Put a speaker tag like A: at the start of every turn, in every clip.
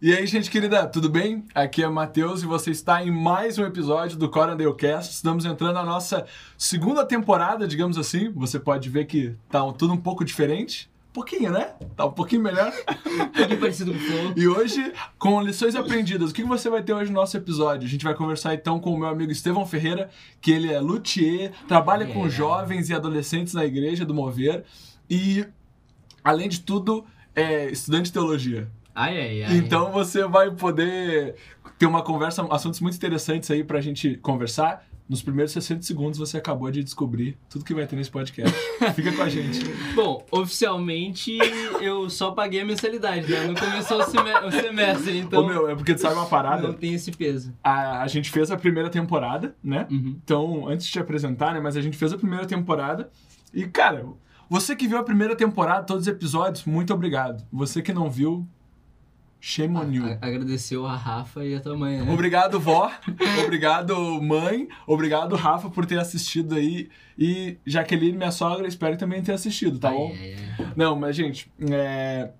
A: E aí, gente querida, tudo bem? Aqui é Matheus e você está em mais um episódio do Corandaleocast. Estamos entrando na nossa segunda temporada, digamos assim. Você pode ver que tá um- tudo um pouco diferente. Pouquinho, né? Tá um pouquinho melhor.
B: Pouquinho parecido com o Flow.
A: E hoje, com lições aprendidas, o que que você vai ter hoje no nosso episódio? A gente vai conversar então com o meu amigo Estevão Ferreira, que ele é luthier, trabalha com
B: É.
A: jovens e adolescentes na igreja do Mover e, além de tudo, é estudante de teologia.
B: Ai, ai, ai.
A: Então você vai poder ter uma conversa, assuntos muito interessantes aí pra gente conversar. Nos primeiros 60 segundos você acabou de descobrir tudo que vai ter nesse podcast. Fica com a gente.
B: Bom, oficialmente eu só paguei a mensalidade, né? Não começou o, seme- o semestre, então
A: Ô meu, é porque tu sabe uma
B: não
A: parada?
B: tem esse peso.
A: A, a gente fez a primeira temporada, né?
B: Uhum.
A: Então, antes de te apresentar, né? Mas a gente fez a primeira temporada. E, cara, você que viu a primeira temporada, todos os episódios, muito obrigado. Você que não viu, shame on you.
B: A- agradeceu a Rafa e a tua mãe, né?
A: Obrigado, vó. Obrigado, mãe. Obrigado, Rafa, por ter assistido aí. E Jaqueline, minha sogra, espero que também tenha assistido, tá
B: Ai,
A: bom?
B: ai, ai.
A: Não, mas, gente, é.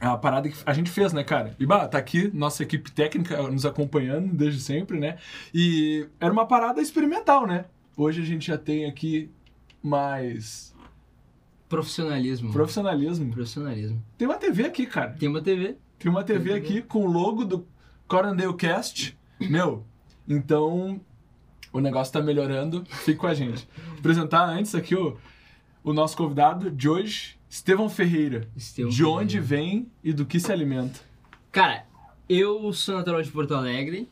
A: A parada que a gente fez, né, cara? E, bah, tá aqui nossa equipe técnica nos acompanhando desde sempre, né? E era uma parada experimental, né? Hoje a gente já tem aqui mais
B: Profissionalismo.
A: profissionalismo.
B: Profissionalismo.
A: Tem uma TV aqui, cara.
B: Tem uma TV.
A: Tem uma TV
B: Tem
A: aqui com o logo do Corandale Cast. Meu, então o negócio tá melhorando. Fique com a gente. Vou apresentar antes aqui o, o nosso convidado de hoje, Estevão Ferreira.
B: Estevão
A: de
B: Ferreira.
A: onde vem e do que se alimenta.
B: um Cara, eu sou natural de Porto Alegre.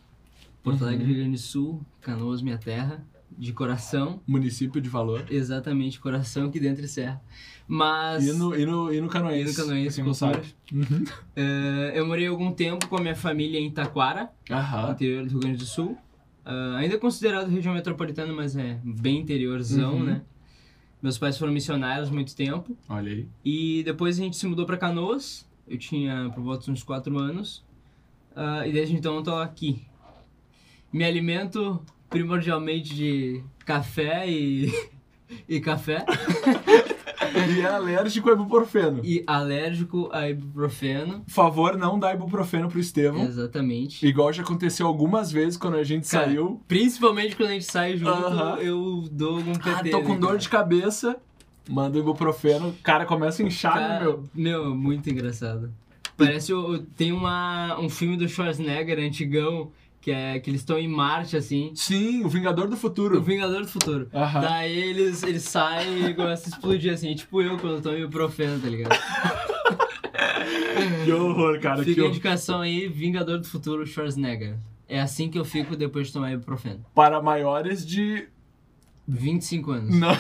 B: Porto
A: Uhum.
B: Alegre, Rio Grande do Sul. Canoas, minha terra. De coração.
A: Município de Valor.
B: Exatamente, coração que dentro e serra. Mas...
A: E no, e no, e no Canoense.
B: E no Canoense,
A: pra quem não
B: cultura.
A: sabe. Uhum.
B: Eh, eu morei algum tempo com a minha família em Taquara,
A: Aham.
B: interior do Rio Grande do Sul. Ah, ainda é considerado região metropolitana, mas é bem interiorzão,
A: Uhum.
B: né? Meus pais foram missionários muito tempo.
A: Olha aí.
B: E depois a gente se mudou pra Canoas. Eu tinha por volta de uns 4 anos. Ah, e desde então eu tô aqui. Me alimento primordialmente de café e, e café.
A: Ele é alérgico a ibuprofeno.
B: E alérgico a ibuprofeno.
A: Por favor, não dá ibuprofeno pro Estevão.
B: Exatamente.
A: Igual já aconteceu algumas vezes quando a gente
B: Cara,
A: saiu.
B: Principalmente quando a gente sai junto,
A: Aham.
B: eu dou algum PT.
A: Ah, tô
B: né,
A: com dor
B: cara?
A: de cabeça. Manda o ibuprofeno. O cara começa a inchar, né,
B: Cara,
A: meu.
B: Meu, muito engraçado. Parece o, o- tem uma, um filme do Schwarzenegger antigão, que é que eles estão em Marte, assim.
A: Sim, o Vingador do
B: O
A: Futuro.
B: Vingador do Futuro.
A: Aham.
B: Daí eles, eles saem e começam a explodir assim, tipo eu quando tomo ibuprofeno, tá ligado?
A: Que horror, cara. Que
B: Fica a
A: horror.
B: indicação aí, Vingador do Futuro, Schwarzenegger. É assim que eu fico depois de tomar ibuprofeno.
A: Para maiores de.
B: 25 anos.
A: Não.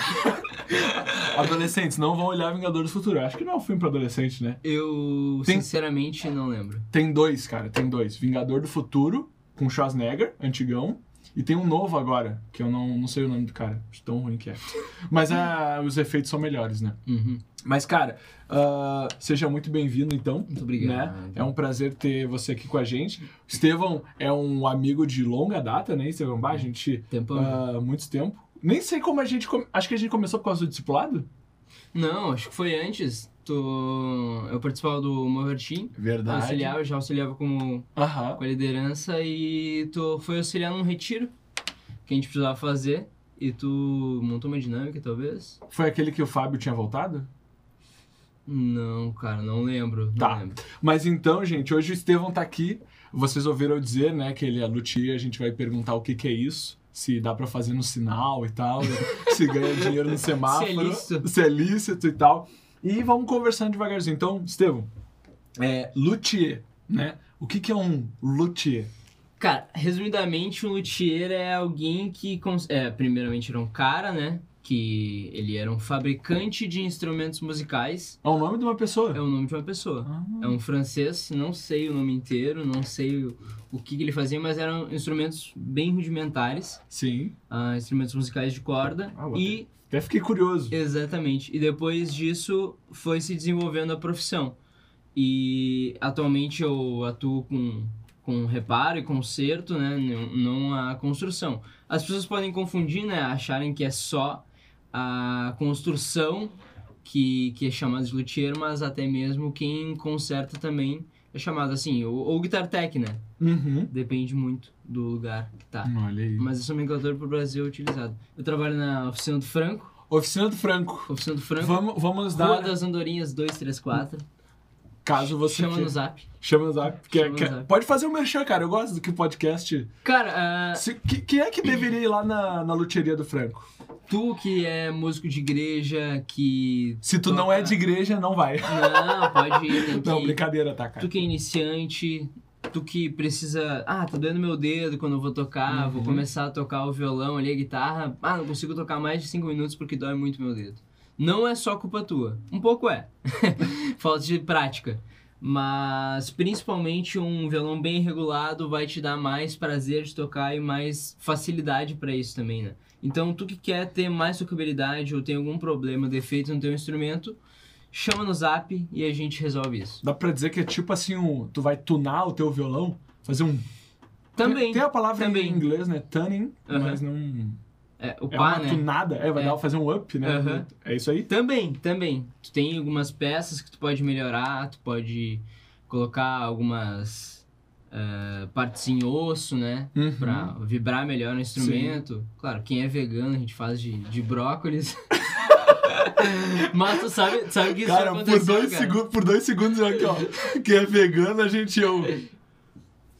A: Adolescentes, não vão olhar Vingador do Futuro. Eu Acho que não é um filme pra adolescente, né?
B: Eu,
A: Tem-
B: sinceramente, não lembro.
A: Tem dois, cara. Tem dois. Vingador do Futuro, com Schwarzenegger, antigão. E tem um novo agora, que eu não, não sei o nome do cara. De tão ruim que é. Mas ah, os efeitos são melhores, né?
B: Uhum.
A: Mas, cara, ah, seja muito bem-vindo, então.
B: Muito obrigado.
A: né? É um prazer ter você aqui com a gente. Estevão é um amigo de longa data, né, Estevão? Bah, a gente
B: Tempo
A: há muito tempo. Nem sei como a gente. come- Acho que a gente começou por causa do discipulado?
B: Não, acho que foi antes. Tu... Eu participava do Mover Team,
A: Verdade.
B: auxiliava, já auxiliava como,
A: Aham.
B: com a liderança e tu foi auxiliar num retiro que a gente precisava fazer e tu montou uma dinâmica, talvez?
A: Foi aquele que o Fábio tinha voltado?
B: Não, cara, não lembro. Não
A: Tá.
B: lembro.
A: Mas então, gente, hoje o Estevão tá aqui. Vocês ouviram eu dizer, né, que ele é luthier. A gente vai perguntar o que, que é isso. Se dá pra fazer no sinal e tal. se ganha dinheiro no semáforo.
B: lícito.
A: Se é lícito e tal. E vamos conversando devagarzinho. Então, Estevão, é, luthier, né? O que, que é um luthier?
B: Cara, resumidamente, um luthier é alguém que. cons- É, primeiramente, era um cara, né? Que ele era um fabricante de instrumentos musicais.
A: É o nome de uma pessoa.
B: É o nome de uma pessoa.
A: Ah.
B: É um francês, não sei o nome inteiro, não sei o, o que, que ele fazia, mas eram instrumentos bem rudimentares,
A: Sim.
B: ah, instrumentos musicais de corda.
A: Ah, botei.
B: e
A: Até fiquei curioso.
B: exatamente. E depois disso foi se desenvolvendo a profissão. E atualmente eu atuo com, com reparo e conserto, né? Não, não a construção. As pessoas podem confundir, né? Acharem que é só a construção que, que é chamada de luthier, mas até mesmo quem conserta também é chamado assim, ou, ou Guitar Tech, né?
A: Uhum.
B: Depende muito do lugar que tá.
A: Olha aí.
B: Mas essa nomenclatura pro Brasil é utilizado. Eu trabalho na oficina do Franco,
A: Oficina do Franco.
B: oficina do Franco,
A: Vamos, vamos
B: Rua
A: dar.
B: das Andorinhas 234.
A: Caso você.
B: Chama
A: que-
B: no zap.
A: Chama no zap. Quer-
B: Chama no
A: quer-
B: zap.
A: é- Pode fazer o merchan, cara. Eu gosto do que o podcast.
B: Cara, ah,
A: Se- que- Quem é que deveria ir lá na, na loteria do Franco?
B: tu que é músico de igreja, que.
A: Se tu não é de igreja, não vai.
B: Não, pode ir, tem que
A: Não,
B: ir.
A: brincadeira, tá,
B: Tu
A: cara?
B: que é iniciante, tu que precisa. Ah, tá doendo meu dedo quando eu vou tocar, vou
A: Uhum.
B: começar a tocar o violão ali, a guitarra. Ah, não consigo tocar mais de 5 minutos porque dói muito meu dedo. Não é só culpa tua. Um pouco é. Falta de prática. Mas principalmente um violão bem regulado vai te dar mais prazer de tocar e mais facilidade pra isso também, né? Então, tu que quer ter mais tocabilidade ou tem algum problema, defeito no teu instrumento, chama no zap e a gente resolve isso.
A: Dá pra dizer que é tipo assim, um, tu vai tunar o teu violão, fazer um...
B: Também.
A: Tem, tem a palavra
B: também.
A: em inglês, né? Tuning,
B: Aham.
A: mas não...
B: É, o
A: É
B: pá,
A: uma
B: né?
A: tunada, é, vai
B: É.
A: dar fazer um up, né?
B: Aham.
A: É isso aí?
B: Também, também. Tu tem algumas peças que tu pode melhorar, tu pode colocar algumas eh, partes em osso, né?
A: Uhum.
B: Pra vibrar melhor no instrumento. Claro, quem é vegano a gente faz de, de brócolis. Mas tu sabe, tu sabe que isso
A: Cara,
B: já
A: por
B: aconteceu,
A: dois,
B: cara.
A: Segundos, por dois segundos, eu aqui, ó, que é vegano, a gente... Eu... O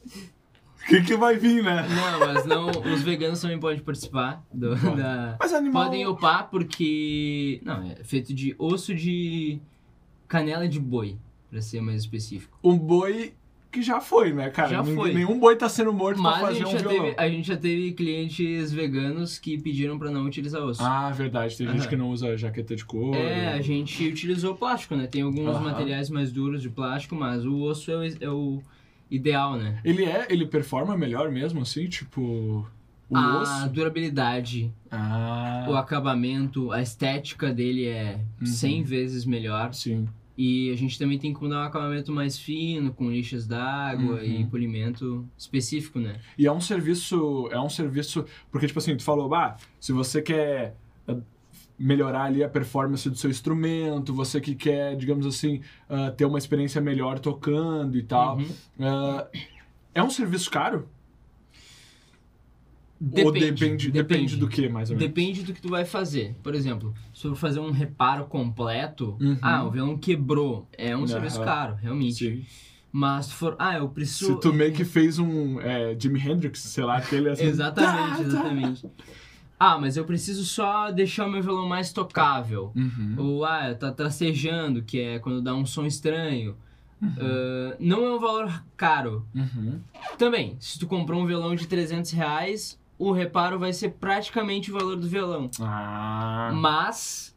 A: que que vai vir, né?
B: Não, mas não, os veganos também podem participar do,
A: Pode.
B: da...
A: Mas animal...
B: Podem upar porque... Não, é feito de osso de canela de boi, pra ser mais específico.
A: Um boi que já foi, né, cara?
B: Já
A: Ninguém-
B: foi.
A: Nenhum boi tá sendo morto
B: Mas
A: pra
B: a
A: fazer
B: gente,
A: um
B: já
A: violão.
B: teve, a gente já teve clientes veganos que pediram pra não utilizar osso.
A: Ah, verdade. Tem gente
B: Aham.
A: que não usa jaqueta de couro.
B: é, a gente utilizou plástico, né? Tem alguns
A: Aham.
B: materiais mais duros de plástico, mas o osso é o, é o ideal, né?
A: Ele é, ele performa melhor mesmo, assim, tipo. O
B: a
A: osso?
B: durabilidade,
A: Ah.
B: Ah. o acabamento, a estética dele é
A: Uhum.
B: 100 vezes melhor.
A: Sim.
B: E a gente também tem como dar um acabamento mais fino, com lixas d'água e
A: Uhum.
B: polimento específico, né?
A: E é um serviço. É um serviço. Porque, tipo assim, tu falou, bah, se você quer eh, melhorar ali a performance do seu instrumento, você que quer, digamos assim, ah, ter uma experiência melhor tocando e tal.
B: Uhum.
A: ah, é um serviço caro? Ou
B: Depende,
A: depende, depende.
B: depende.
A: do que, mais ou menos?
B: Depende do que tu vai fazer. Por exemplo, se eu for fazer um reparo completo,
A: Uhum.
B: ah, o violão quebrou. É um serviço
A: Aham.
B: caro, realmente.
A: Sim.
B: Mas se for, ah, eu preciso.
A: Se tu meio que fez um é, Jimi Hendrix, sei lá, aquele assim.
B: Exatamente,
A: tá, tá.
B: exatamente. Ah, mas eu preciso só deixar o meu violão mais tocável.
A: Uhum.
B: Ou, ah, tá tracejando, que é quando dá um som estranho. Ah, não é um valor caro.
A: Uhum.
B: Também, se tu comprou um violão de 300 reais, o reparo vai ser praticamente o valor do violão.
A: Ah.
B: Mas,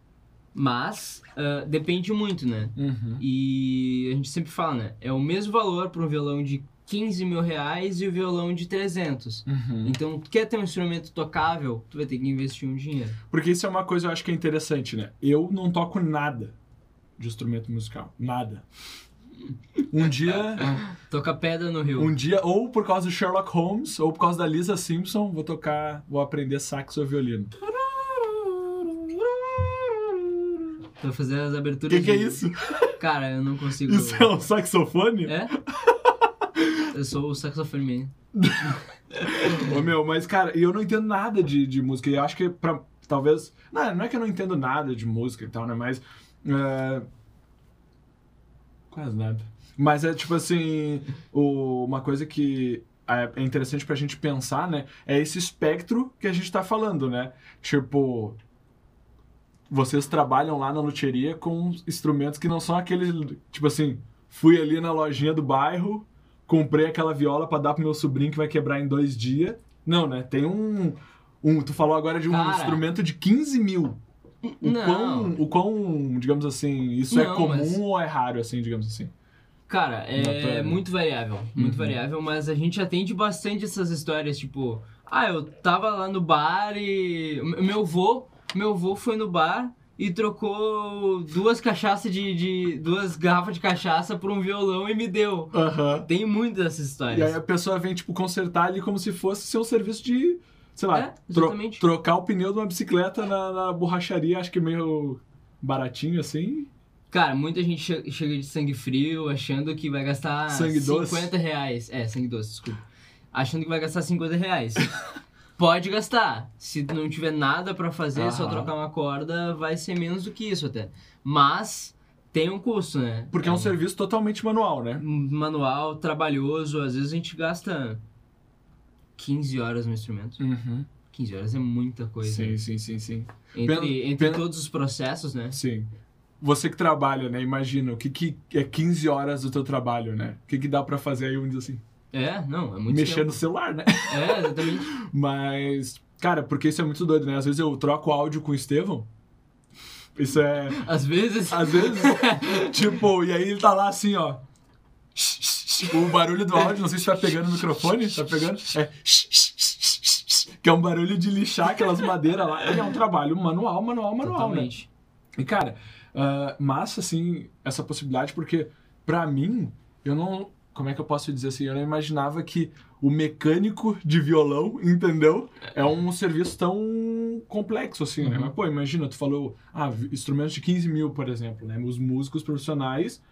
B: mas, ah, depende muito, né?
A: Uhum.
B: E a gente sempre fala, né? É o mesmo valor para um violão de 15 mil reais e o violão de 300.
A: Uhum.
B: Então, tu quer ter um instrumento tocável, tu vai ter que investir um dinheiro.
A: Porque isso é uma coisa que eu acho que é interessante, né? Eu não toco nada de instrumento musical. Nada. Um dia,
B: Toca pedra no rio.
A: um dia, ou por causa do Sherlock Holmes, ou por causa da Lisa Simpson, vou tocar, vou aprender sax ou violino.
B: Tu vai fazer as
A: O
B: aberturas.
A: que, que é
B: de-
A: isso?
B: Cara, eu não consigo.
A: Isso é um saxofone?
B: É? Eu sou o saxofone man.
A: Ô meu, mas cara, eu não entendo nada de, de música. E eu acho que pra, talvez. Não, não é que eu não entendo nada de música e tal, né? Mas. é, Quase nada. Mas é tipo assim. o- uma coisa que é é interessante pra gente pensar, né? É esse espectro que a gente tá falando, né? Tipo. Vocês trabalham lá na loteria com instrumentos que não são aqueles. Tipo assim, fui ali na lojinha do bairro, comprei aquela viola pra dar pro meu sobrinho que vai quebrar em dois dias. Não, né? Tem um. um tu falou agora de um
B: Cara.
A: instrumento de 15 mil. O
B: não.
A: quão, o quão, digamos assim, isso é
B: Não,
A: comum
B: mas-
A: ou é raro, assim, digamos assim?
B: Cara, é
A: Na praia.
B: muito variável, muito
A: Uhum.
B: variável, mas a gente atende bastante essas histórias, tipo, ah, eu tava lá no bar e o meu vô, meu vô foi no bar e trocou duas cachaças de, de- duas garrafas de cachaça por um violão e me deu.
A: Aham.
B: Tem muitas dessas
A: E aí
B: histórias.
A: a pessoa vem, tipo, consertar ali como se fosse seu serviço de, sei lá,
B: É,
A: tro-
B: exatamente.
A: trocar o pneu de uma bicicleta na, na borracharia, acho que meio baratinho assim.
B: Cara, muita gente che- chega de sangue frio achando que vai gastar
A: Sangue
B: 50
A: doce?
B: reais. É, sangue doce, desculpa. Achando que vai gastar 50 reais. Pode gastar. Se tu não tiver nada pra fazer, só
A: Aham.
B: trocar uma corda, vai ser menos do que isso até. Mas tem um custo, né?
A: Porque é um serviço totalmente manual, né?
B: manual, trabalhoso. Às vezes a gente gasta 15 horas no instrumento.
A: Uhum.
B: 15 horas é muita coisa.
A: Sim, sim, sim, sim.
B: Entre,
A: Pena-
B: entre
A: pena-
B: todos os processos, né?
A: Sim. Você que trabalha, né? Imagina, o que, que é 15 horas do teu trabalho, né? O que, que dá pra fazer aí um dia assim?
B: É, não, é muito
A: mexer
B: tempo.
A: no celular, né?
B: É, exatamente.
A: Mas, cara, porque isso é muito doido, né? Às vezes eu troco áudio com o Estevão. Isso é.
B: Às vezes.
A: Às vezes, tipo, e aí ele tá lá assim, ó. O barulho do áudio, não sei se tá pegando o microfone, tá pegando? É. Que é um barulho de lixar aquelas madeiras lá. Ele é um trabalho manual, manual, manual, né?
B: Totalmente.
A: E, cara, ah, massa, assim, essa possibilidade, porque, pra mim, eu não. Como é que eu posso dizer assim? Eu não imaginava que o mecânico de violão, entendeu? É um serviço tão complexo, assim, né?
B: Uhum.
A: Mas, pô, imagina, tu falou, ah, vi- instrumentos de 15 mil, por exemplo, né? Os músicos profissionais.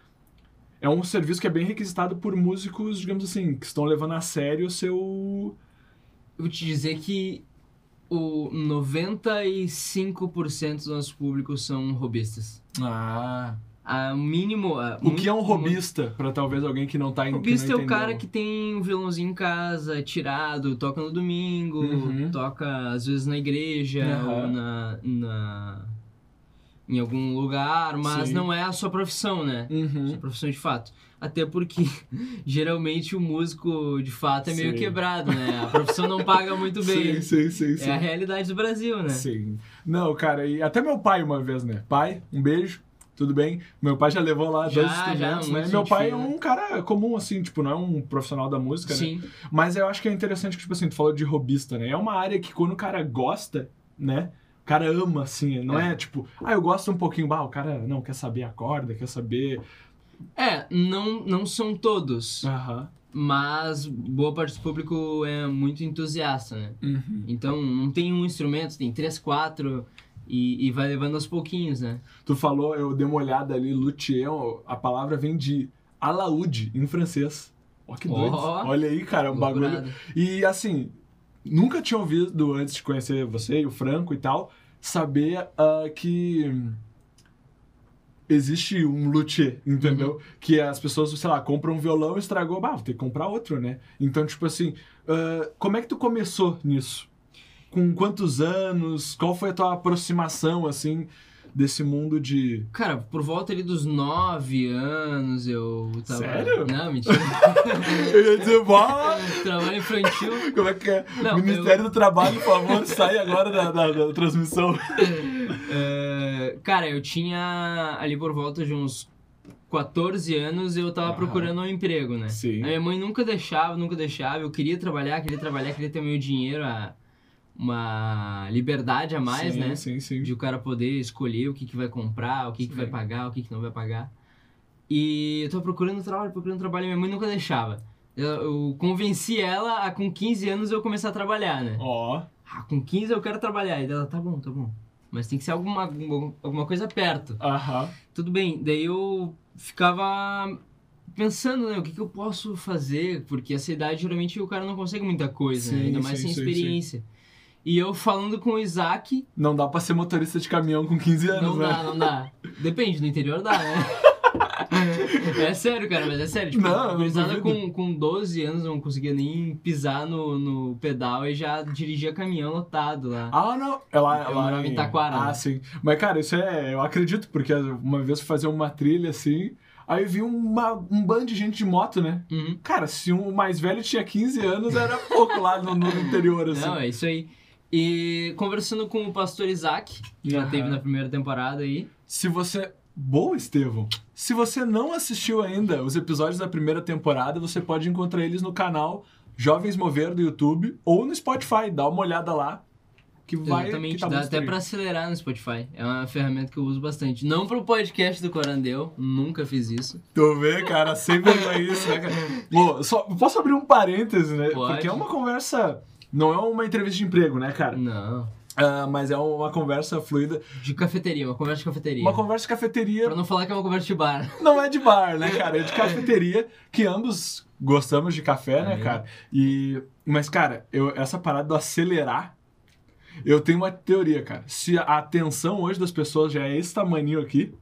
A: É um serviço que é bem requisitado por músicos, digamos assim, que estão levando a sério o seu.
B: Eu vou te dizer que o 95% do nosso público são robistas.
A: Ah.
B: A mínimo. A,
A: O que é um robista, pra talvez alguém que não tá em.
B: Uhum. Robista é o cara que tem um violãozinho em casa, tirado, toca no domingo,
A: Uhum.
B: toca às vezes na igreja
A: Aham.
B: ou na, na- em algum lugar, mas
A: Sim.
B: não é a sua profissão, né? Sua
A: Uhum.
B: profissão de fato. Até porque geralmente o músico de fato é meio
A: Sim.
B: quebrado, né? A profissão não paga muito bem.
A: Sim, sim, sim, sim.
B: É a realidade do Brasil, né?
A: Sim. Não, cara, e até meu pai uma vez, né? Pai, um beijo, tudo bem? Meu pai já levou lá
B: Já,
A: dois
B: já,
A: instrumentos,
B: muito
A: né? Meu
B: gente
A: pai é
B: fina.
A: um cara comum, assim, tipo, não é um profissional da música, né?
B: Sim.
A: Mas eu acho que é interessante que, tipo assim, tu falou de robista, né? É uma área que quando o cara gosta, né? O cara ama, assim, não é, tipo, ah, eu gosto um pouquinho, bah, o cara não quer saber a corda, quer saber.
B: É, não, não são todos,
A: Aham.
B: mas boa parte do público é muito entusiasta, né?
A: Uhum.
B: Então não tem um instrumento, tem três, quatro e, e vai levando aos pouquinhos, né?
A: Tu falou, eu dei uma olhada ali, luthier, a palavra vem de alaúde em francês. Ó, que doido.
B: Ó.
A: Olha aí, cara, o É um bagulho.
B: Loucurada.
A: E assim, nunca tinha ouvido antes de conhecer você e o Franco e tal, saber ah, que hum, existe um luthier, entendeu? Que as pessoas, sei lá, compram um violão, estragou, bah, vou ter que comprar outro, né? Então, tipo assim, ah, como é que tu começou nisso? Com quantos anos? Qual foi a tua aproximação, assim, desse mundo de.
B: Cara, por volta ali dos nove anos eu tava.
A: Sério?
B: Não, mentira.
A: Eu ia dizer, "Bah,
B: Trabalho infantil.
A: Como é que é?
B: Não,
A: Ministério do Trabalho, por favor, sai agora da- da- da transmissão.
B: É, cara, eu tinha ali por volta de uns 14 anos eu tava
A: Aham.
B: procurando um emprego, né?
A: Sim.
B: A minha mãe nunca deixava, nunca deixava. Eu queria trabalhar, queria trabalhar, queria ter meu dinheiro, a- uma liberdade a mais,
A: sim,
B: né?
A: Sim, sim.
B: De o cara poder escolher o que, que vai comprar, o que, que vai
A: Sim.
B: pagar, o que, que não vai pagar. E eu tava procurando trabalho, procurando trabalho, e minha mãe nunca deixava. Eu, eu convenci ela a com 15 anos eu começar a trabalhar, né?
A: Ó.
B: Ah, com 15 eu quero trabalhar. E ela, tá bom, tá bom. Mas tem que ser alguma, alguma coisa perto.
A: Aham.
B: Tudo bem, daí eu ficava pensando, né, o que, que eu posso fazer, porque essa idade geralmente o cara não consegue muita coisa, né?
A: Sim,
B: ainda mais
A: sim,
B: sem
A: sim,
B: experiência. E eu falando com o Isaac,
A: Não dá pra ser motorista de caminhão com 15 anos,
B: não
A: né?
B: dá, não dá. Depende, no interior dá, né? É sério, cara, mas é sério. Tipo,
A: Não, eu não
B: a gurizada
A: duvido.
B: com, com 12 anos não conseguia nem pisar no, no pedal e já dirigia caminhão lotado lá.
A: Ah, não. É lá, é
B: Eu
A: lá
B: morava em Taquara,
A: Ah,
B: né?
A: sim. Mas, cara, isso é. Eu acredito, porque uma vez eu fazia uma trilha assim. Aí eu vi uma- um bando de gente de moto, né?
B: Uhum.
A: Cara, se o mais velho tinha 15 anos, era pouco lá no, no interior, assim.
B: Não, é isso aí. E conversando com o pastor Isaac, que já
A: Aham.
B: teve na primeira temporada aí.
A: Se você. Boa, Estevão! Se você não assistiu ainda os episódios da primeira temporada, você pode encontrar eles no canal Jovens Mover do YouTube ou no Spotify. Dá uma olhada lá. Que vai.
B: exatamente,
A: que tá
B: dá
A: muito
B: até
A: bem.
B: pra acelerar no Spotify. É uma ferramenta que eu uso bastante. Não pro podcast do Corandeu, nunca fiz isso.
A: Tu vê, cara, sempre é isso, né, cara? Ô, só, posso abrir um parêntese, né?
B: Pode. Hum.
A: Porque é uma conversa. Não é uma entrevista de emprego, né, cara?
B: Não.
A: Ah, mas é uma conversa fluida.
B: De cafeteria, uma conversa de cafeteria.
A: Uma conversa de cafeteria
B: Pra não falar que é uma conversa de bar.
A: não é de bar, né, cara? É de cafeteria, que ambos gostamos de café, né,
B: É.
A: cara? E. Mas, cara, eu, essa parada do acelerar. Eu tenho uma teoria, cara. Se a atenção hoje das pessoas já é esse tamaninho aqui,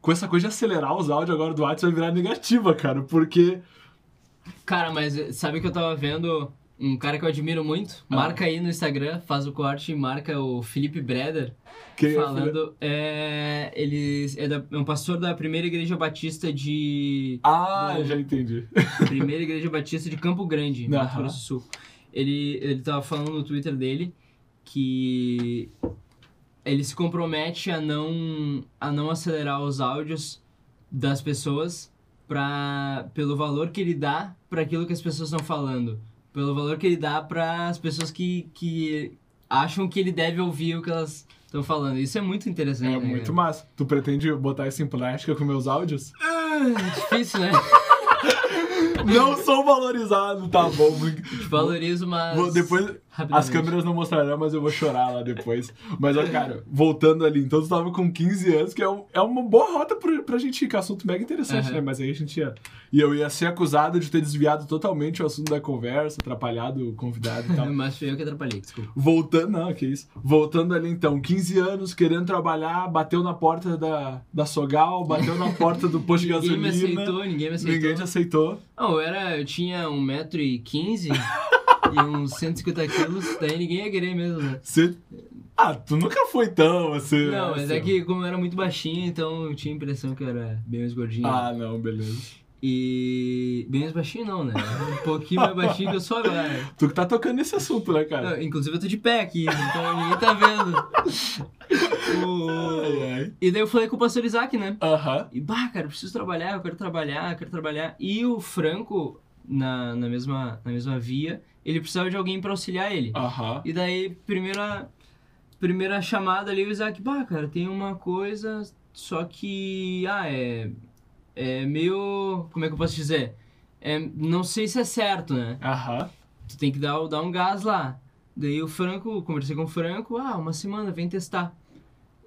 A: com essa coisa de acelerar os áudios agora do WhatsApp vai virar negativa, cara. Porque.
B: Cara, mas eh, sabe que eu tava vendo um cara que eu admiro muito?
A: Ah.
B: Marca aí no Instagram, faz o corte e marca o Felipe Breder.
A: que-
B: falando. É, ele é, da- é um pastor da primeira igreja batista de.
A: Ah, já entendi.
B: É. Primeira Igreja Batista de Campo Grande, no Mato
A: Aham.
B: Grosso do Sul. Ele, ele tava falando no Twitter dele que ele se compromete a não, a não acelerar os áudios das pessoas pra, pelo valor que ele dá para aquilo que as pessoas estão falando. Pelo valor que ele dá para as pessoas que, que acham que ele deve ouvir o que elas estão falando. Isso é muito
A: É,
B: interessante. né,
A: muito
B: cara?
A: massa. Tu pretende botar isso em prática com meus áudios?
B: É difícil, né?
A: Não sou valorizado, tá bom.
B: Valorizo, mas.
A: Vou- Depois, As
B: rapidamente.
A: câmeras não mostrarão, mas eu vou chorar lá depois. Mas, ó, cara, voltando ali, então tu tava com 15 anos, que é, um- é uma boa rota pra, pra gente ir, que é um assunto mega interessante,
B: Aham.
A: né? Mas aí a gente ia. E eu ia ser acusado de ter desviado totalmente o assunto da conversa, atrapalhado o convidado e tal.
B: Mas fui eu que atrapalhei, desculpa.
A: Voltando, não, que isso. Voltando ali então, 15 anos, querendo trabalhar, bateu na porta da, da Sogal, bateu na porta do posto de
B: Ninguém me
A: gasolina.
B: aceitou, ninguém me aceitou.
A: Ninguém te aceitou.
B: Não, eu era. Eu tinha 1,15m e uns 150 quilos, daí ninguém ia querer mesmo, né?
A: Você... Ah, tu nunca foi tão assim.
B: Não, mas
A: assim.
B: é que como eu era muito baixinho, então eu tinha a impressão que eu era bem mais gordinho.
A: Ah, não, beleza.
B: E. Bem mais baixinho não, né? Um pouquinho mais baixinho que eu sou agora.
A: Tu que tá tocando nesse assunto, né, cara?
B: Não, inclusive eu tô de pé aqui, então ninguém tá vendo. O-
A: Ai, ai.
B: E daí eu falei com o pastor Isaac, né?
A: Aham.
B: E, bah, cara, eu preciso trabalhar, eu quero trabalhar, eu quero trabalhar. E o Franco, na, na, mesma, na mesma via, ele precisava de alguém pra auxiliar ele.
A: Aham.
B: E daí, primeira, primeira chamada ali, o Isaac, bah, cara, tem uma coisa, só que, ah, é, é meio, como é que eu posso dizer? É, não sei se é certo, né?
A: Aham.
B: Tu tem que dar, o- dar um gás lá. Daí o Franco, conversei com o Franco, ah, uma semana, vem testar.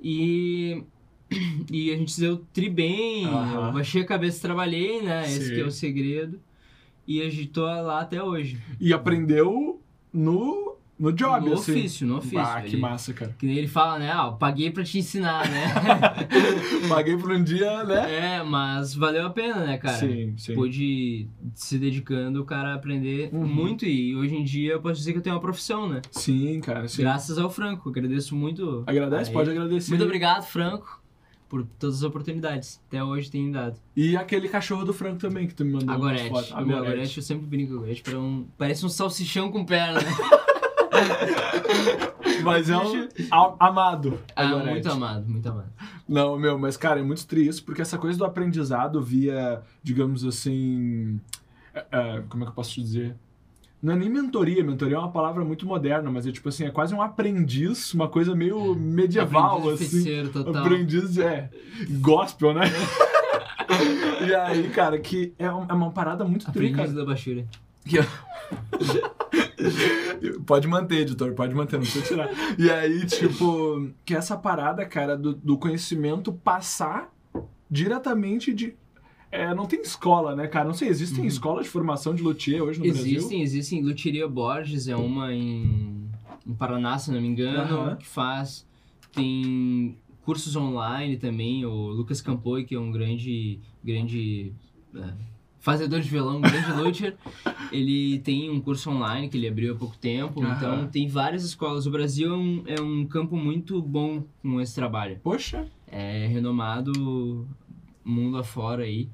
B: E, e a gente se deu tri bem,
A: Aham.
B: eu baixei a cabeça, trabalhei, né? Esse
A: Sim.
B: que é o segredo. E a gente tô lá até hoje.
A: E aprendeu no, no job,
B: no
A: assim.
B: ofício, no ofício.
A: Ah, que
B: ele-
A: massa, cara.
B: que nem ele fala, né? Ah, eu paguei pra te ensinar, né?
A: Paguei por um dia, né?
B: é, mas valeu a pena, né, cara?
A: sim, sim.
B: Pôde se dedicando, o cara aprender
A: Uhum.
B: muito. E hoje em dia eu posso dizer que eu tenho uma profissão, né?
A: Sim, cara, sim.
B: Graças ao Franco. Agradeço muito.
A: Agradece,
B: a
A: pode
B: ele.
A: agradecer.
B: Muito obrigado, Franco, por todas as oportunidades. Até hoje tem dado.
A: E aquele cachorro do Franco também que tu me mandou.
B: A
A: umas
B: Gorete.
A: fotos. é
B: A Gorete, eu sempre brinco. A Gorete pra um- parece um salsichão com perna.
A: Mas é um a- amado. é a
B: ah,
A: Gorete.
B: muito amado, muito amado.
A: Não, meu, mas cara, é muito triste porque essa coisa do aprendizado via, digamos assim. é, é, como é que eu posso te dizer? Não é nem mentoria, mentoria é uma palavra muito moderna, mas é tipo assim, é quase um aprendiz, uma coisa meio medieval,
B: É, Aprendiz tá. de
A: assim.
B: feiticeiro, total.
A: Aprendiz, é. Gospel, né? e aí, cara, que é, um- é uma parada muito triste, cara.
B: Aprendiz da baixura.
A: Pode manter, editor, pode manter, não precisa tirar. E aí, tipo, que essa parada, cara, do, do conhecimento passar diretamente de. É, não tem escola, né, cara? Não sei, existem
B: Uhum.
A: escolas de formação de luthier hoje no Brasil?
B: Existem, existem. Luteria Borges é uma em, em Paraná, se não me engano,
A: Aham.
B: que faz. Tem cursos online também. O Lucas Campoy, que é um grande. grande é, fazedor de violão, um grande luthier, ele tem um curso online que ele abriu há pouco tempo. Então
A: Aham.
B: tem várias escolas. O Brasil é um, é um campo muito bom com esse trabalho.
A: Poxa,
B: É renomado mundo afora aí.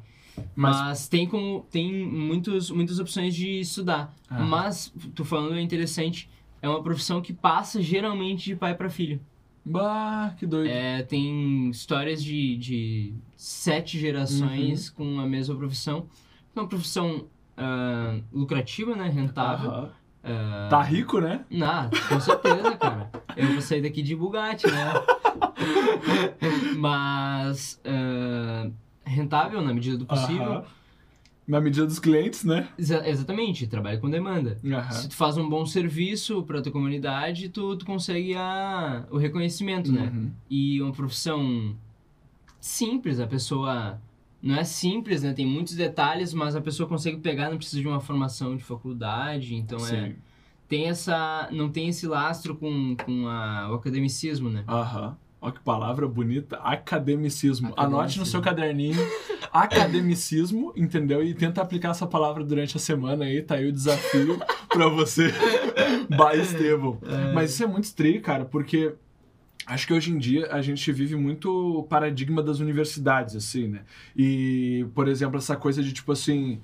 B: Mas,
A: mas.
B: tem como tem muitos, muitas opções de estudar.
A: Ah.
B: Mas tu falando é interessante, é uma profissão que passa geralmente de pai para filho.
A: Bah, que doido.
B: É, tem histórias de, de sete gerações
A: Uhum.
B: com a mesma profissão. É uma profissão ah, lucrativa, né, rentável.
A: Aham.
B: É,
A: Tá rico, né?
B: Ah, com certeza, cara. Eu vou sair daqui de Bugatti, né? Mas ah, rentável na medida do possível.
A: Aham. na medida dos clientes, né?
B: Exa- exatamente, trabalha com demanda.
A: Aham.
B: Se tu faz um bom serviço pra tua comunidade, tu, tu consegue a, o reconhecimento, né?
A: Uhum.
B: E uma profissão simples, a pessoa. Não é simples, né? Tem muitos detalhes, mas a pessoa consegue pegar, não precisa de uma formação de faculdade, então é.
A: Sim.
B: Tem essa. Não tem esse lastro com, com a- o academicismo, né?
A: Aham. Olha que palavra bonita. Academicismo.
B: Academicismo.
A: Anote no seu caderninho. Academicismo, entendeu? E tenta aplicar essa palavra durante a semana aí. Tá aí o desafio pra você. Bye, Estevão. Mas isso é muito estranho, cara, porque acho que hoje em dia a gente vive muito o paradigma das universidades, assim, né? E, por exemplo, essa coisa de tipo assim.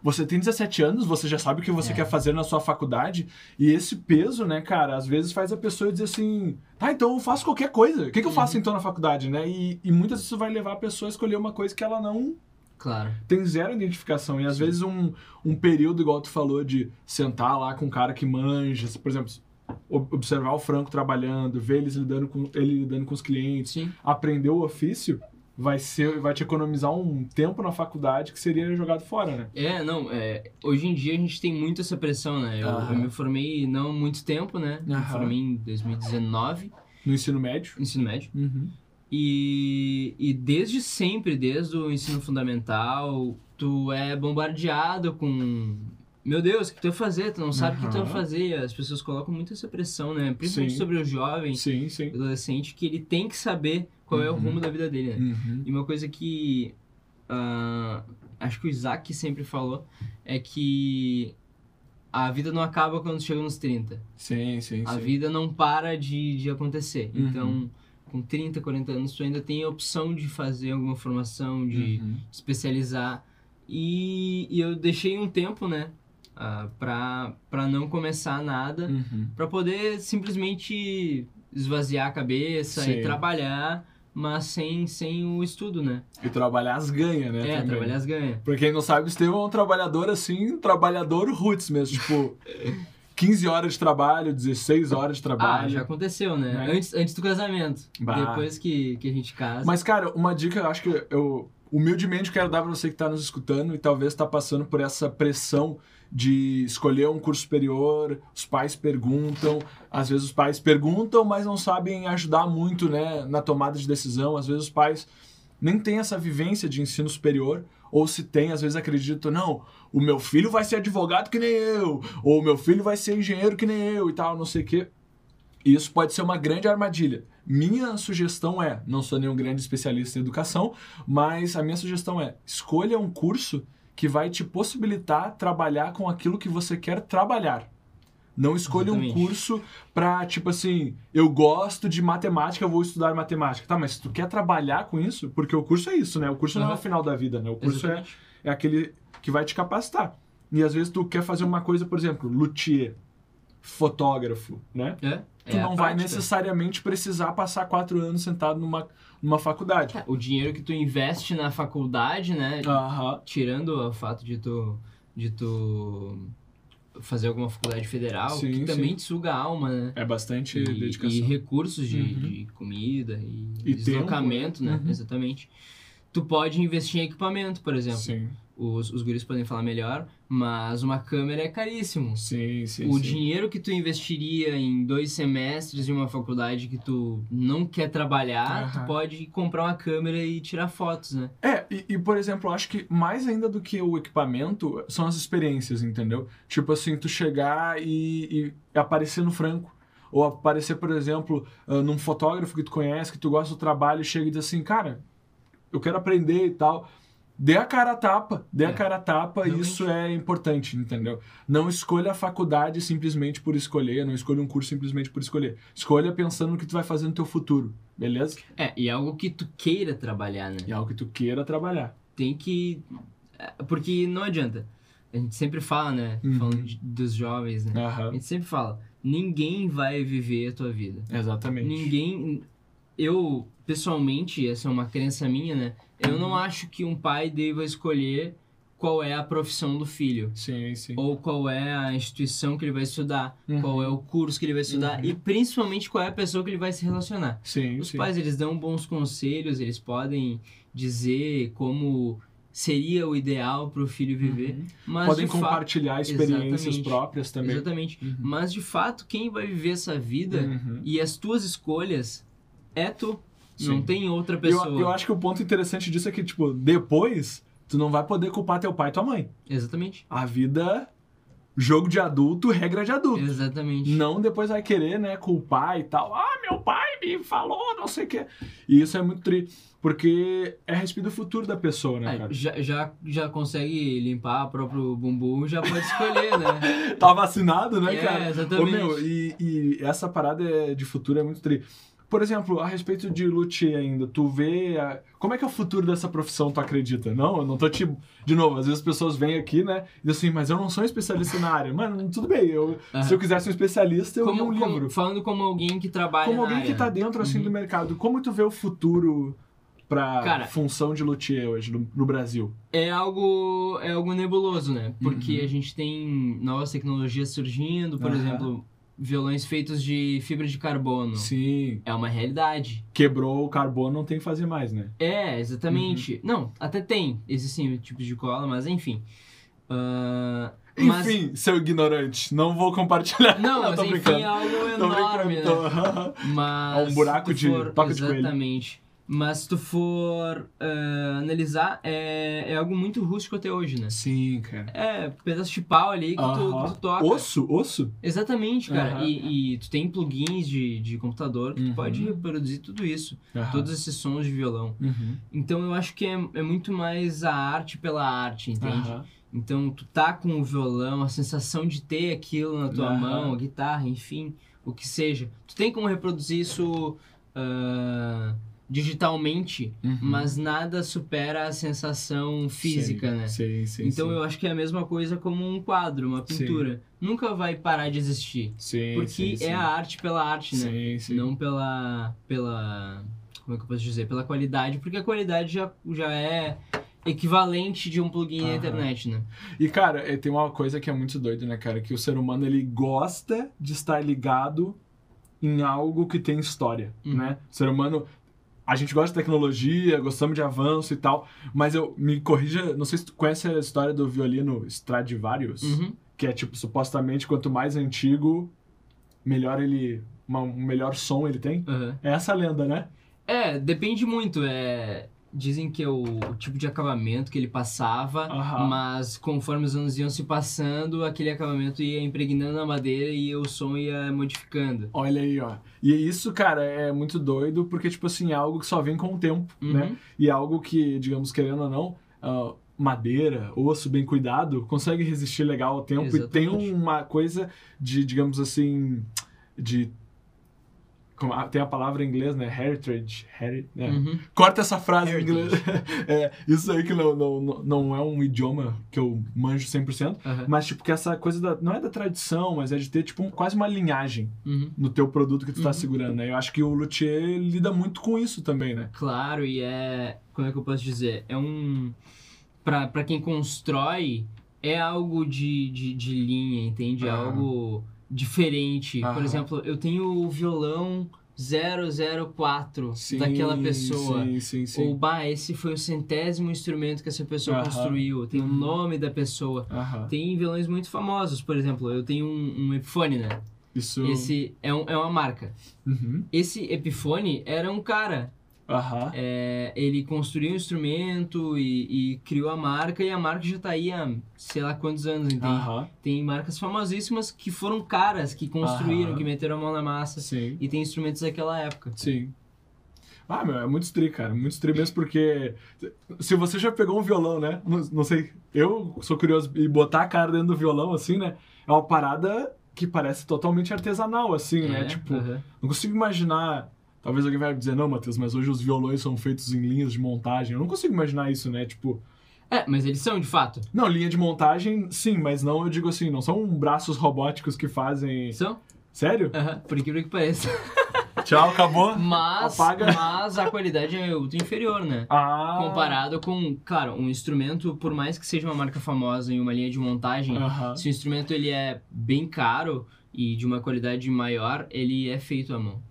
A: Você tem 17 anos, você já sabe o que você
B: É.
A: quer fazer na sua faculdade, e esse peso, né, cara, às vezes faz a pessoa dizer assim: tá, então eu faço qualquer coisa, o que, que eu faço então na faculdade, né? E, e muitas vezes isso vai levar a pessoa a escolher uma coisa que ela não
B: Claro.
A: tem zero identificação. E às vezes um, um período, igual tu falou, de sentar lá com um cara que manja, por exemplo, ob- observar o Franco trabalhando, ver eles lidando com, ele lidando com os clientes,
B: Sim.
A: aprender o ofício, vai, ser, vai te economizar um tempo na faculdade que seria jogado fora, né?
B: É, não, é, hoje em dia a gente tem muito essa pressão, né? Eu,
A: Aham.
B: eu me formei não há muito tempo, né? Me
A: Aham.
B: formei em 2019,
A: No ensino médio.
B: ensino médio. E, e desde sempre, desde o ensino fundamental, tu é bombardeado com. Meu Deus, o que tu vai fazer? Tu não sabe o que tu vai
A: Aham.
B: fazer. As pessoas colocam muito essa pressão, né? Principalmente
A: Sim.
B: sobre o jovem,
A: Sim, sim.
B: adolescente, que ele tem que saber qual é o
A: Uhum.
B: rumo da vida dele, né?
A: Uhum.
B: E uma coisa que ah, acho que o Isaac sempre falou é que a vida não acaba quando chega nos 30.
A: Sim, sim,
B: A
A: sim.
B: vida não para de, de acontecer.
A: Uhum.
B: Então, com 30, 40 anos, tu ainda tem a opção de fazer alguma formação, de
A: Uhum.
B: especializar. E, e eu deixei um tempo, né? ah, pra, pra não começar nada
A: Uhum.
B: para poder simplesmente esvaziar a cabeça
A: Sim.
B: e trabalhar, mas sem, sem o estudo, né?
A: E trabalhar as ganhas, né?
B: É,
A: também.
B: trabalhar as ganhas.
A: Pra quem não sabe, o Estevão é um trabalhador assim, um trabalhador roots mesmo, tipo 15 horas de trabalho, 16 horas de
B: Ah, já
A: trabalho.
B: aconteceu, né?
A: Né?
B: Antes, antes do casamento.
A: Bah.
B: Depois que, que a gente casa.
A: Mas, cara, uma dica, eu acho que eu humildemente quero dar pra você que tá nos escutando e talvez tá passando por essa pressão de escolher um curso superior, os pais perguntam, às vezes os pais perguntam, mas não sabem ajudar muito, né, na tomada de decisão, às vezes os pais nem têm essa vivência de ensino superior, ou se tem, às vezes acreditam, não, o meu filho vai ser advogado que nem eu, ou o meu filho vai ser engenheiro que nem eu e tal, não sei o quê. E isso pode ser uma grande armadilha. Minha sugestão é, não sou nenhum grande especialista em educação, mas a minha sugestão é, escolha um curso que vai te possibilitar trabalhar com aquilo que você quer trabalhar. Não escolha um
B: Exatamente.
A: curso pra, tipo assim, eu gosto de matemática, eu vou estudar matemática. Tá, mas tu quer trabalhar com isso? Porque o curso é isso, né? O curso não é o
B: Aham.
A: final da vida, né? O curso é,
B: Exatamente.
A: é aquele que vai te capacitar. E às vezes tu quer fazer uma coisa, por exemplo, luthier, fotógrafo, né?
B: É.
A: tu
B: é a
A: não vai
B: prática.
A: necessariamente precisar passar quatro anos sentado numa, numa faculdade.
B: O dinheiro que tu investe na faculdade, né?
A: Aham.
B: Tirando o fato de tu, de tu fazer alguma faculdade federal,
A: Sim,
B: que
A: sim.
B: também te suga a alma, né?
A: É bastante dedicação.
B: e recursos de,
A: Uhum.
B: de comida e,
A: E
B: deslocamento,
A: tempo, né?
B: né?
A: Uhum.
B: Exatamente. Tu pode investir em equipamento, por exemplo.
A: Sim,
B: Os, os guris podem falar melhor, mas uma câmera é caríssimo.
A: sim, sim.
B: o
A: sim.
B: dinheiro que tu investiria em dois semestres de uma faculdade que tu não quer trabalhar,
A: Aham.
B: tu pode comprar uma câmera e tirar fotos, né?
A: É, e, e, por exemplo, eu acho que mais ainda do que o equipamento são as experiências, entendeu? Tipo assim, tu chegar e, e aparecer no franco. Ou aparecer, por exemplo, ah, num fotógrafo que tu conhece, que tu gosta do trabalho, e chega e diz assim, cara, eu quero aprender e tal. Dê a cara a tapa, dê a
B: É,
A: cara a tapa,
B: realmente.
A: isso é importante, entendeu? Não escolha a faculdade simplesmente por escolher, não escolha um curso simplesmente por escolher. Escolha pensando no que tu vai fazer no teu futuro, beleza?
B: É, e é algo que tu queira trabalhar, né?
A: E é algo que tu queira trabalhar.
B: tem que. é, Porque não adianta. A gente sempre fala, né?
A: Uhum.
B: Falando de- dos jovens, né? A
A: Aham.
B: gente sempre fala: ninguém vai viver a tua vida.
A: Exatamente.
B: Ninguém. Eu, pessoalmente, essa é uma crença minha, né? Eu
A: Uhum.
B: não acho que um pai deva escolher qual é a profissão do filho.
A: Sim, sim.
B: Ou qual é a instituição que ele vai estudar,
A: Uhum.
B: qual é o curso que ele vai estudar
A: Uhum.
B: e principalmente qual é a pessoa que ele vai se relacionar.
A: Sim,
B: Os
A: sim.
B: pais, eles dão bons conselhos, eles podem dizer como seria o ideal para o filho viver. Mas
A: Uhum. Podem
B: de fato-
A: compartilhar experiências
B: Exatamente.
A: próprias também.
B: Exatamente.
A: Uhum.
B: Mas de fato, quem vai viver essa vida
A: Uhum.
B: e as tuas escolhas é tu.
A: Sim.
B: Não tem outra
A: Eu,
B: pessoa.
A: eu acho que o ponto interessante disso é que, tipo, depois, tu não vai poder culpar teu pai e tua mãe.
B: Exatamente.
A: A vida, jogo de adulto, regra de adulto.
B: Exatamente.
A: Não depois vai querer, né, culpar e tal. Ah, meu pai me falou, não sei o quê. E isso é muito tri, porque é a respeito do futuro da pessoa, né,
B: Ah,
A: cara?
B: já, já, já consegue limpar o próprio bumbum, já pode escolher, né?
A: Tá vacinado, né,
B: É,
A: cara? Ô,
B: exatamente.
A: meu, e, e essa parada é- de futuro é muito tri. Por exemplo, a respeito de luthier ainda, tu vê. a- Como é que é o futuro dessa profissão, tu acredita? Não, eu não tô te. De novo, às vezes as pessoas vêm aqui, né? E dizem assim, mas eu não sou um especialista na área. Mano, tudo bem, eu,
B: Aham.
A: se eu quisesse um especialista, eu li um
B: Como- como-
A: livro.
B: falando como alguém que trabalha
A: Como
B: na
A: alguém que
B: área.
A: tá dentro, assim,
B: Uhum.
A: do mercado, como tu vê o futuro pra
B: Cara.
A: função de luthier hoje no, no Brasil?
B: é algo é algo nebuloso, né? Porque
A: Uhum.
B: a gente tem novas tecnologias surgindo, por
A: Aham.
B: exemplo, violões feitos de fibra de carbono.
A: Sim,
B: É uma realidade.
A: quebrou o carbono, não tem que fazer mais, né?
B: É, exatamente.
A: Uhum.
B: Não, até tem. Existem tipos de cola, mas enfim. Ah, mas-
A: Enfim, seu ignorante, não vou compartilhar.
B: Não,
A: eu
B: mas
A: tô
B: enfim,
A: brincando.
B: é algo
A: Tô
B: enorme, né?
A: brincando, tô-
B: Mas.
A: É um buraco
B: se tu
A: de toca de coelho.
B: Exatamente. Mas se tu for ah, analisar, é, é algo muito rústico até hoje, né?
A: Sim, cara.
B: É, pedaço de pau ali que, tu,
A: Aham.
B: que tu toca.
A: Osso, osso?
B: Exatamente, cara.
A: Aham.
B: E, e tu tem plugins de, de computador que
A: Uhum.
B: tu pode reproduzir tudo isso, todos esses sons de violão.
A: Uhum.
B: Então eu acho que é, é muito mais a arte pela arte, entende?
A: Aham.
B: Então tu tá com o violão, a sensação de ter aquilo na tua
A: Aham.
B: mão, a guitarra, enfim, o que seja. Tu tem como reproduzir isso ah, digitalmente,
A: Uhum.
B: mas nada supera a sensação física,
A: Sim,
B: né?
A: Sim, sim.
B: então
A: sim.
B: eu acho que é a mesma coisa como um quadro, uma
A: Sim.
B: pintura. Nunca vai parar de existir.
A: Sim,
B: Porque
A: sim, sim.
B: é a arte pela arte, né?
A: Sim, sim.
B: Não pela. pela. Como é que eu posso dizer? Pela qualidade, porque a qualidade já, já é equivalente de um plugin na
A: Aham.
B: internet, né?
A: E, cara, é, tem uma coisa que é muito doida, né, cara? Que o ser humano, ele gosta de estar ligado em algo que tem história,
B: Uhum.
A: né? O ser humano... A gente gosta de tecnologia, gostamos de avanço e tal, mas eu me corrija, não sei se tu conhece a história do violino Stradivarius.
B: Uhum.
A: que é tipo supostamente quanto mais antigo, melhor ele, uma- um melhor som ele tem.
B: aham.
A: É essa a lenda, né?
B: É, depende muito. É, dizem que é o, o tipo de acabamento que ele passava,
A: Aham.
B: mas conforme os anos iam se passando, aquele acabamento ia impregnando a madeira e o som ia modificando.
A: Olha aí, ó. E isso, cara, é muito doido porque tipo assim, é algo que só vem com o tempo, né?
B: Uhum.
A: E é algo que, digamos querendo ou não, ah, madeira, osso bem cuidado, consegue resistir legal ao tempo e tem
B: Exatamente.
A: uma coisa de, digamos assim, de como- ah, tem a palavra em inglês, né? Heritage. heri- é,
B: Uhum.
A: Corta essa frase em
B: Heritage.
A: inglês. É, isso aí que não, não, não- não é um idioma que eu manjo 100%,
B: aham,
A: mas tipo que essa coisa da, não é da tradição, mas é de ter tipo um- quase uma linhagem
B: uhum.
A: no teu produto que tu tá
B: Uhum.
A: segurando, né? Eu acho que o luthier lida muito com isso também, né?
B: Claro, e é. Como é que eu posso dizer? É um. Pra, pra quem constrói, é algo de, de, de linha, entende? É
A: Aham.
B: algo diferente.
A: Aham.
B: Por exemplo, eu tenho o violão 004 daquela pessoa.
A: Sim, sim, sim.
B: Ou, bah, esse foi o centésimo instrumento que essa pessoa
A: Aham.
B: construiu. Tem o
A: Uhum.
B: nome da pessoa.
A: Aham.
B: Tem violões muito famosos, por exemplo, eu tenho um, um Epiphone, né?
A: Isso.
B: Esse é, um, é uma marca.
A: Uhum.
B: Esse Epiphone era um cara
A: Aham.
B: é, ele construiu um instrumento e, e criou a marca, e a marca já tá aí há sei lá quantos anos, entende?
A: Aham.
B: Tem marcas famosíssimas que foram caras que construíram,
A: Aham.
B: que meteram a mão na massa,
A: Sim.
B: e tem instrumentos daquela época.
A: Sim. Ah, meu, é muito tri, cara. Muito tri mesmo, porque se você já pegou um violão, né? Não, não sei, eu sou curioso, e botar a cara dentro do violão, assim, né? É uma parada que parece totalmente artesanal, assim, né? Tipo,
B: É, aham.
A: não consigo imaginar. Talvez alguém vai dizer, não, Matheus, mas hoje os violões são feitos em linhas de montagem. Eu não consigo imaginar isso, né? Tipo,
B: É, mas eles são de fato.
A: não, linha de montagem, sim, mas não, eu digo assim, não são braços robóticos que fazem.
B: São?
A: Sério?
B: Aham, por incrível que pareça.
A: Tchau, acabou?
B: Mas,
A: Apaga.
B: mas a qualidade é muito inferior, né?
A: Ah.
B: Comparado com, claro, um instrumento, por mais que seja uma marca famosa em uma linha de montagem,
A: Aham.
B: Se o instrumento ele é bem caro e de uma qualidade maior, ele é feito à mão.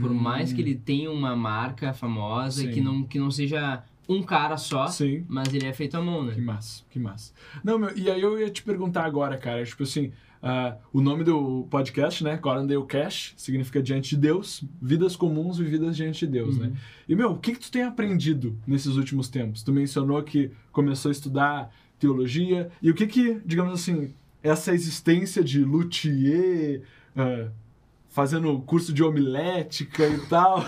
B: Por mais que ele tenha uma marca famosa
A: Hum. Sim.
B: que não, que não seja um cara só,
A: Sim.
B: mas ele é feito à mão,
A: Que
B: né?
A: massa, que massa. Não, meu, e aí eu ia te perguntar agora, cara, tipo assim, ah, o nome do podcast, né? Corandale Cash, significa diante de Deus, vidas comuns vividas diante de Deus, né? E, meu, o que, que tu tem aprendido nesses últimos tempos? Tu mencionou que começou a estudar teologia, e o que que, digamos assim, essa existência de luthier, ah, fazendo curso de homilética e tal,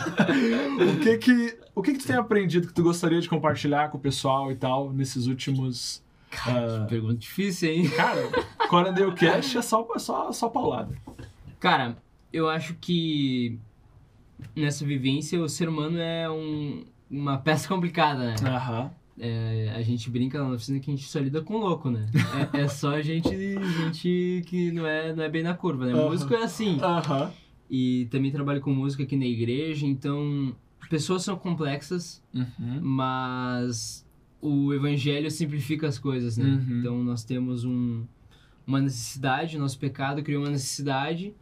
A: o que que... O que, que tu tem aprendido que tu gostaria de compartilhar com o pessoal e tal nesses últimos. ah,
B: Cara, que Uhum. pergunta difícil, hein?
A: Cara, Corandale Cash é só, só, só paulada.
B: Cara, eu acho que nessa vivência o ser humano é um- uma peça complicada, né?
A: Aham.
B: É, a gente brinca lá na oficina que a gente só lida com louco, né? É, é só gente, gente que não é, não é bem na curva, né?
A: Aham.
B: Músico é assim.
A: Aham.
B: E também trabalho com música aqui na igreja, então pessoas são complexas,
A: Uhum.
B: mas o evangelho simplifica as coisas, né?
A: Uhum.
B: Então nós temos um, uma necessidade, nosso pecado criou uma necessidade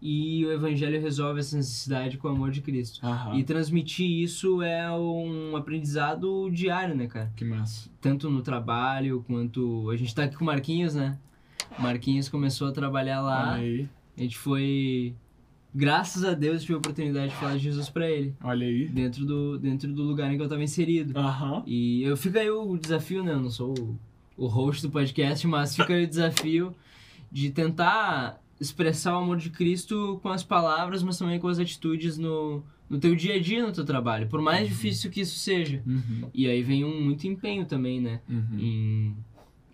B: e o evangelho resolve essa necessidade com o amor de Cristo.
A: Aham.
B: E transmitir isso é um aprendizado diário, né, cara?
A: Que massa.
B: tanto no trabalho quanto. A gente tá aqui com o Marquinhos, né? O Marquinhos começou a trabalhar lá.
A: Olha aí.
B: A gente foi. Graças a Deus tive a oportunidade de falar de Jesus pra ele.
A: Olha aí.
B: Dentro do, dentro do lugar em que eu tava inserido.
A: Aham.
B: E eu fica aí o desafio, né? Eu não sou o, o host do podcast, mas fica aí o desafio de tentar expressar o amor de Cristo com as palavras, mas também com as atitudes no, no teu dia a dia, no teu trabalho. Por mais difícil que isso seja.
A: Uhum.
B: E aí vem um muito empenho também, né?
A: Uhum.
B: em,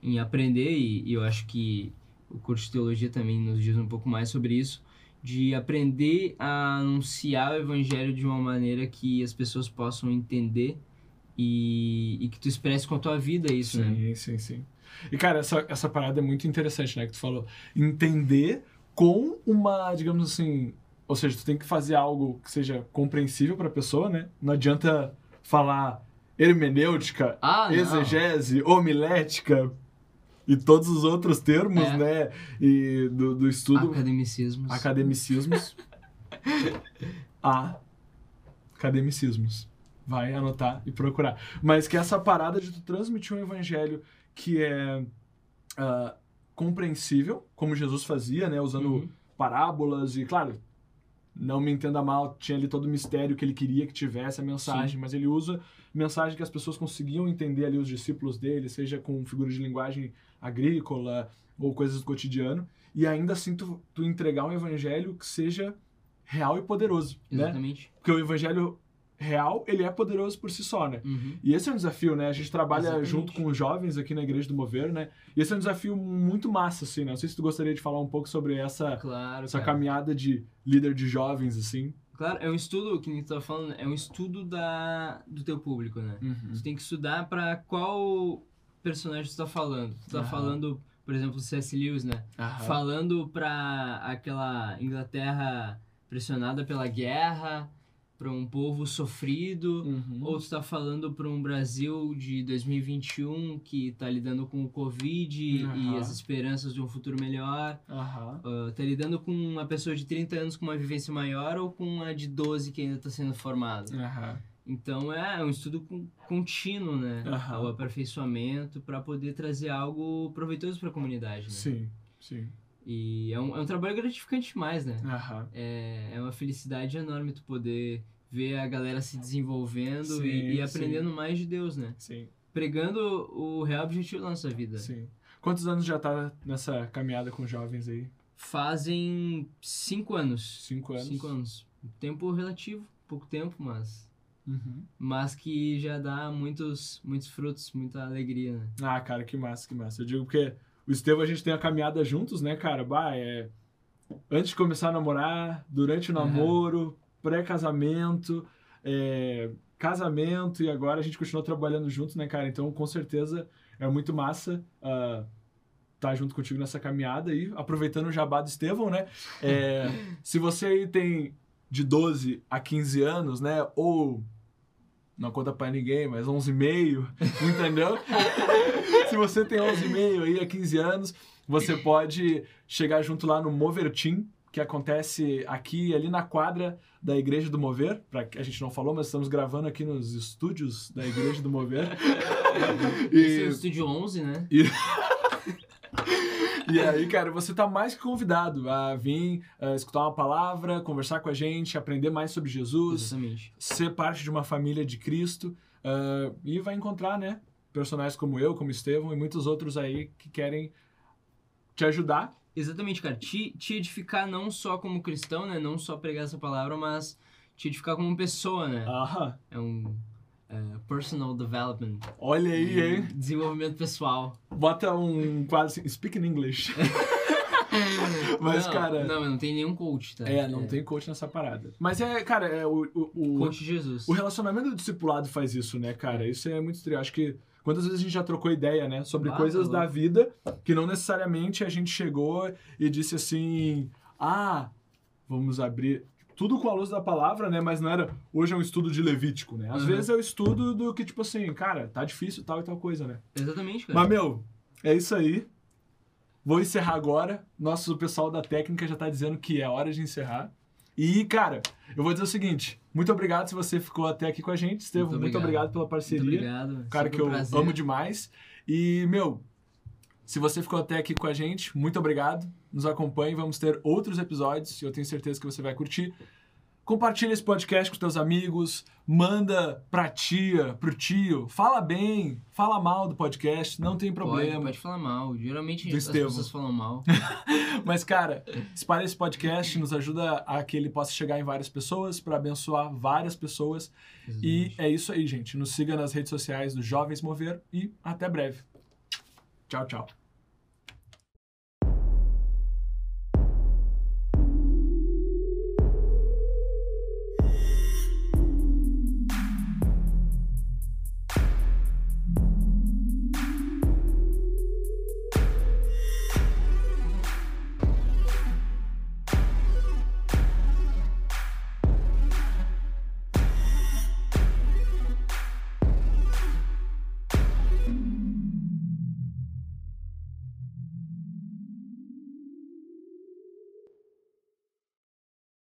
B: em aprender, e, e eu acho que o curso de teologia também nos diz um pouco mais sobre isso, de aprender a anunciar o evangelho de uma maneira que as pessoas possam entender e, e que tu expresse com a tua vida isso, né?
A: Sim, sim, sim. E, cara, essa, essa parada é muito interessante, né? Que tu falou. Entender com uma, digamos assim. Ou seja, tu tem que fazer algo que seja compreensível pra pessoa, né? Não adianta falar hermenêutica,
B: Ah, não.
A: exegese, homilética e todos os outros termos,
B: É.
A: né? E do, do estudo.
B: Academicismos.
A: Academicismos. A. Academicismos. Vai anotar e procurar. Mas que é essa parada de tu transmitir um evangelho que é ah, compreensível, como Jesus fazia, né? Usando
B: Uhum.
A: parábolas e, claro, não me entenda mal, tinha ali todo o mistério que ele queria que tivesse a mensagem, mas ele usa mensagem que as pessoas conseguiam entender ali os discípulos dele, seja com figuras de linguagem agrícola ou coisas do cotidiano, e ainda assim tu, tu entregar um evangelho que seja real e poderoso, né?
B: Exatamente.
A: Porque o evangelho real, ele é poderoso por si só, né?
B: Uhum.
A: E esse é um desafio, né? A gente trabalha
B: Exatamente.
A: junto com os jovens aqui na Igreja do Mover, né? E esse é um desafio muito massa, assim, né? Não sei se tu gostaria de falar um pouco sobre essa,
B: Claro,
A: essa
B: cara.
A: caminhada de líder de jovens, assim.
B: Claro, é um estudo, que nem tu tava falando, é um estudo da, do teu público, né?
A: Uhum.
B: Tu tem que estudar pra qual personagem tu tá falando. Tu tá
A: Aham.
B: falando, por exemplo, C.S. Lewis, né?
A: Aham.
B: Falando pra aquela Inglaterra pressionada pela guerra, pra um povo sofrido.
A: Uhum.
B: Ou tu tá falando pra um Brasil de 2021 que tá lidando com o Covid
A: Aham.
B: e as esperanças de um futuro melhor.
A: Aham.
B: Ah, tá lidando com uma pessoa de 30 anos com uma vivência maior ou com uma de 12 que ainda tá sendo
A: Uhum.
B: formada?
A: Aham.
B: Então é um estudo con- contínuo, né?
A: Aham.
B: O aperfeiçoamento para poder trazer algo proveitoso para a comunidade, né?
A: Sim, sim.
B: E é um, é um trabalho gratificante demais, né?
A: Aham.
B: É, é uma felicidade enorme tu poder ver a galera se desenvolvendo
A: Sim,
B: e, e
A: sim.
B: aprendendo mais de Deus, né?
A: Sim,
B: Pregando o real objetivo da nossa vida.
A: sim. Quantos anos já tá nessa caminhada com jovens aí?
B: Fazem cinco anos.
A: Cinco anos?
B: Cinco anos. Tempo relativo, pouco tempo, mas...
A: Uhum.
B: Mas que já dá muitos, muitos frutos, muita alegria, né?
A: Ah, cara, que massa, que massa. Eu digo porque o Estevão a gente tem a caminhada juntos, né, cara? Bah, é. Antes de começar a namorar, durante o
B: Aham.
A: namoro, pré-casamento, é, casamento, e agora a gente continua trabalhando juntos, né, cara? Então, com certeza, é muito massa estar tá junto contigo nessa caminhada aí, aproveitando o jabá do Estevão, né? É, se você aí tem de 12 a 15 anos, né? Ou não conta pra ninguém, mas 11 e meio, entendeu? se você tem 11 e meio aí a 15 anos, você pode chegar junto lá no Movertim, que acontece aqui e ali na quadra da Igreja do Mover. Pra, a gente não falou, mas estamos gravando aqui nos estúdios da Igreja do Mover.
B: Esse é o Estúdio 11, né?
A: E aí, cara, você tá mais que convidado a vir eh, escutar uma palavra, conversar com a gente, aprender mais sobre Jesus,
B: Exatamente.
A: ser parte de uma família de Cristo ah, e vai encontrar, né, personagens como eu, como Estevão e muitos outros aí que querem te ajudar.
B: Exatamente, cara. Te, te edificar não só como cristão, né? Não só pregar essa palavra, mas te edificar como pessoa, né?
A: Aham.
B: É um é, personal development.
A: Olha aí, hein?
B: Desenvolvimento pessoal.
A: Bota um quase assim, speak in English. Mas,
B: não,
A: cara-
B: Não, mas não tem nenhum coach, tá?
A: É, não tem coach nessa parada. Mas é, cara, é o, o- o-
B: Coach Jesus.
A: O relacionamento do discipulado faz isso, né, cara? Isso é muito triste. Acho que quantas vezes a gente já trocou ideia, né? Sobre
B: Ah,
A: coisas
B: tá
A: da
B: louco.
A: vida que não necessariamente a gente chegou e disse assim: ah, vamos abrir. Tudo com a luz da palavra, né? Mas não era. Hoje é um estudo de Levítico, né? Às
B: Uhum.
A: vezes é o estudo do que, tipo assim, cara, tá difícil tal e tal coisa, né?
B: Exatamente, cara.
A: Mas, meu, é isso aí. Vou encerrar agora. Nosso pessoal da técnica já tá dizendo que é hora de encerrar. E, cara, eu vou dizer o seguinte: muito obrigado se você ficou até aqui com a gente, Estevam. Muito,
B: Muito
A: obrigado
B: obrigado.
A: pela
B: Muito
A: parceria.
B: obrigado.
A: Cara,
B: sempre
A: que
B: um
A: eu
B: prazer.
A: amo demais. E, meu, se você ficou até aqui com a gente, muito obrigado. Nos acompanhe, vamos ter outros episódios e eu tenho certeza que você vai curtir. Compartilha esse podcast com teus amigos, manda pra tia, pro tio, fala bem, fala mal do podcast, não tem problema.
B: Pode, pode falar mal. Geralmente
A: Do
B: as
A: Estevão.
B: pessoas falam mal.
A: Mas, cara, espalha esse podcast, nos ajuda a que ele possa chegar em várias pessoas, para abençoar várias pessoas. E é isso aí, gente. Nos siga nas redes sociais do Jovens Mover e até breve. Tchau, tchau.